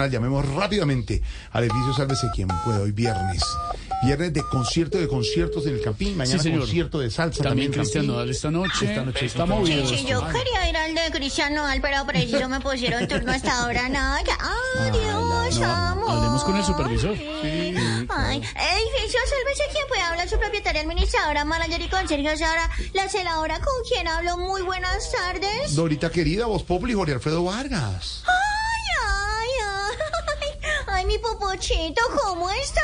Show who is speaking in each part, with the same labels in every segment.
Speaker 1: Llamemos rápidamente al edificio Sálvese quien puede hoy viernes. Viernes de concierto de conciertos en el Campín, mañana
Speaker 2: señor.
Speaker 1: concierto de salsa también, en
Speaker 2: También
Speaker 1: el
Speaker 2: Cristian
Speaker 1: Campín.
Speaker 2: Nodal esta noche.
Speaker 1: Esta noche.
Speaker 2: está
Speaker 1: Sí,
Speaker 2: movido.
Speaker 1: sí,
Speaker 3: Si yo quería ir al de Cristian Nodal, pero preciso me pusieron turno hasta ahora, nada. Adiós,
Speaker 2: no,
Speaker 3: amor.
Speaker 2: hablemos con el supervisor.
Speaker 3: Sí. Ay, edificio, sálvese quien puede hablar, su propietaria, administradora, manager y conserje, Sara, la celadora con quien hablo. Muy buenas tardes.
Speaker 1: Dorita querida, Voz Populi, Jorge Alfredo Vargas.
Speaker 3: Ay, ay, ay. Ay, mi popochito, ¿cómo estás?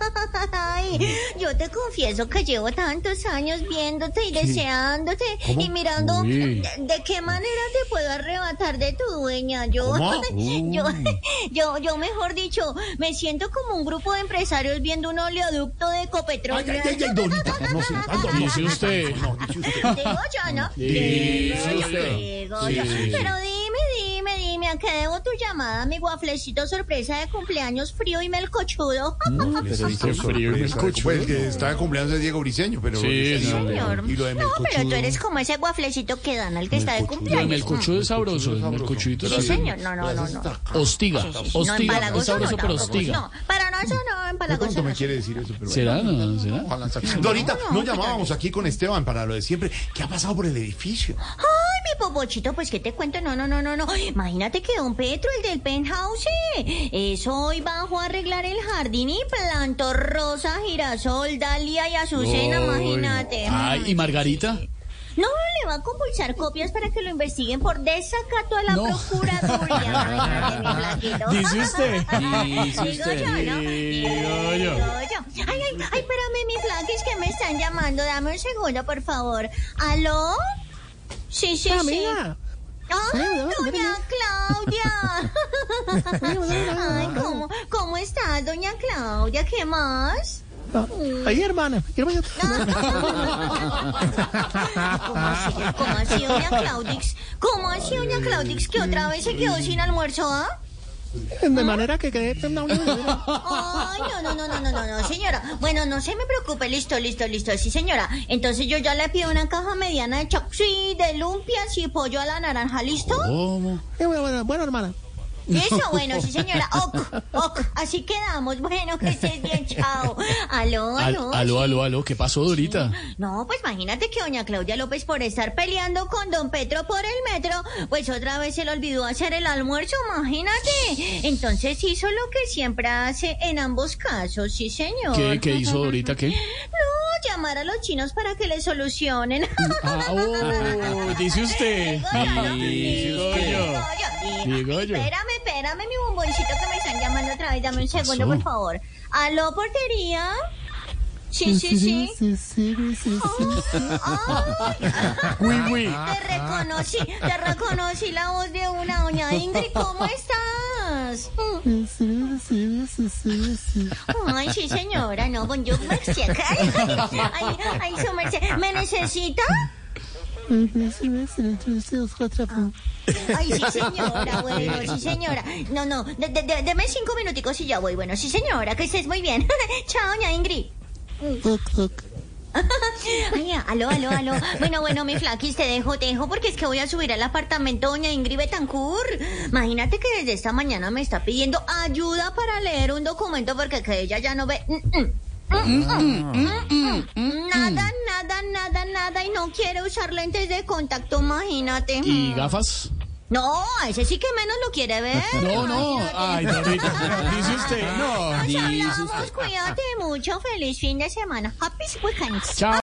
Speaker 3: Ay, yo te confieso que llevo tantos años viéndote y deseándote
Speaker 1: ¿Cómo?
Speaker 3: y mirando
Speaker 2: Uy.
Speaker 3: de, de qué manera te puedo arrebatar de tu dueña. Yo,
Speaker 1: ¿Cómo?
Speaker 3: yo, yo, yo, mejor dicho, me siento como un grupo de empresarios viendo un oleoducto de Copetrol.
Speaker 1: Ay, ay, ay, ay, Dorita, no se no, no,
Speaker 2: Dice
Speaker 1: no,
Speaker 2: usted.
Speaker 1: Ah, No, dice usted.
Speaker 3: Digo yo, ¿no?
Speaker 2: Dice
Speaker 3: Digo yo,
Speaker 2: usted.
Speaker 3: digo yo. Pero dime, dime, dime, ¿a qué debo tu llamada, mi guaflecito sorpresa de cumpleaños frío y melcochudo?
Speaker 2: Qué frío y melcochudo.
Speaker 1: Pues, que está de cumpleaños de Diego Briseño, pero...
Speaker 2: Sí,
Speaker 1: Briseño,
Speaker 2: no,
Speaker 3: Señor.
Speaker 1: Y lo de
Speaker 3: No, pero tú
Speaker 1: Melcochudo.
Speaker 3: eres como ese guaflecito que dan al que está de
Speaker 1: Melcochudo.
Speaker 2: Pero el
Speaker 3: cumpleaños. Mm.
Speaker 2: melcochudo es sabroso. El melcochudito
Speaker 3: Sí,
Speaker 2: es así.
Speaker 3: señor, no, no, no, no.
Speaker 2: Hostiga.
Speaker 3: Sí, sí, sí. No,
Speaker 2: Hostiga. es
Speaker 3: empalagoso
Speaker 2: sabroso,
Speaker 3: no,
Speaker 2: pero
Speaker 3: tampoco.
Speaker 2: hostiga.
Speaker 3: No, para nosotros no,
Speaker 1: De
Speaker 3: empalagoso
Speaker 1: pronto me
Speaker 3: no.
Speaker 1: quiere decir eso, pero...
Speaker 2: ¿Será? No, ¿Será?
Speaker 1: Ojalá saque- Dorita, no llamábamos aquí con Esteban para lo de siempre. ¿Qué ha pasado por el edificio?
Speaker 3: Ay, mi popochito, pues qué te cuento, no, no, no, no, no. Imagínate que don Petro, el del penthouse, eh, eso hoy bajó a arreglar el jardín y plantó rosa, girasol, dalia y azucena, imagínate.
Speaker 2: Ay, ¿y Margarita?
Speaker 3: No, le va a compulsar copias para que lo investiguen por desacato a la
Speaker 2: No.
Speaker 3: procuraduría. Ay, mi flaquito.
Speaker 2: Dice usted. Dice
Speaker 3: Digo
Speaker 2: usted.
Speaker 3: yo, ¿no?
Speaker 2: Digo yo.
Speaker 3: yo. Ay, ay, ay, espérame, mi flaquis, que me están llamando. Dame un segundo, por favor. ¿Aló? Sí, sí, sí. ¡Ay, doña Claudia! Ay, ¿cómo, ¿cómo estás, doña Claudia? ¿Qué más?
Speaker 4: Ahí, hermana. quiero ver-
Speaker 3: ¿Cómo así, cómo así, doña Claudix? ¿Cómo así, doña Claudix, que otra vez se quedó sin almuerzo, ah?
Speaker 4: De manera que quedé una una-
Speaker 3: Ay, no, no, no, no, no, no, no, señora. Bueno, no se me preocupe, listo, listo, listo. Sí, señora. Entonces yo ya le pido una caja mediana de choxi, de lumpias y pollo a la naranja, ¿listo?
Speaker 2: ¿Cómo?
Speaker 4: Bueno, bueno, bueno, hermana.
Speaker 3: Eso, bueno, sí, señora. Ok, ok. Así quedamos. Bueno, que estés bien, chao. Aló,
Speaker 2: Al-
Speaker 3: aló.
Speaker 2: Aló, aló, aló. ¿Qué pasó, Dorita?
Speaker 3: No, pues imagínate que doña Claudia López por estar peleando con don Petro por el metro, pues otra vez se le olvidó hacer el almuerzo, imagínate. Entonces hizo lo que siempre hace en ambos casos, sí señor.
Speaker 2: ¿Qué, qué hizo Dorita? ¿Qué?
Speaker 3: No, llamar a los chinos para que le solucionen.
Speaker 2: Ah, oh, dice usted. Dice
Speaker 3: Digo
Speaker 2: usted.
Speaker 3: yo,
Speaker 2: Digo yo.
Speaker 3: Espérame, espérame, mi bomboncito que me están llamando otra vez. Dame un segundo,
Speaker 2: pasó?
Speaker 3: por favor. ¿Aló, portería? Sí, sí, sí.
Speaker 4: Sí, sí, sí, sí, sí.
Speaker 3: Ay,
Speaker 2: Uy, uy.
Speaker 3: te reconocí, te reconocí la voz de una doña Ingrid. ¿Cómo estás? Mm.
Speaker 4: Sí, sí, sí, sí, sí, sí.
Speaker 3: Ay, sí, señora, no, bonjour, merci. Ay, ay, ay, su merced. ¿Me necesita?
Speaker 4: Sí, sí, sí, sí, sí, sí, sí, otra vez.
Speaker 3: Ay, sí, señora, bueno, sí, señora. No, no, de- de- de- deme cinco minuticos y ya voy. Bueno, sí, señora, que estés muy bien. Chao, doña Ingrid.
Speaker 4: Toc, toc.
Speaker 3: Ay, aló, aló, aló. Bueno, bueno, mi flaquis, te dejo, te dejo porque es que voy a subir al apartamento doña Ingrid Betancourt. Imagínate que desde esta mañana me está pidiendo ayuda para leer un documento porque que ella ya no ve... mm, mm,
Speaker 2: Ah.
Speaker 3: mm, mm, Nada, nada, nada, nada y no quiere usar lentes de contacto, imagínate.
Speaker 2: ¿Y gafas?
Speaker 3: No, a ese sí que menos lo quiere ver.
Speaker 2: No, no.
Speaker 3: imagínate.
Speaker 2: Ay, Dorita. Dice usted. No.
Speaker 3: Nos hablamos, cuídate mucho, feliz fin de semana. Happy weekends.
Speaker 2: Chao.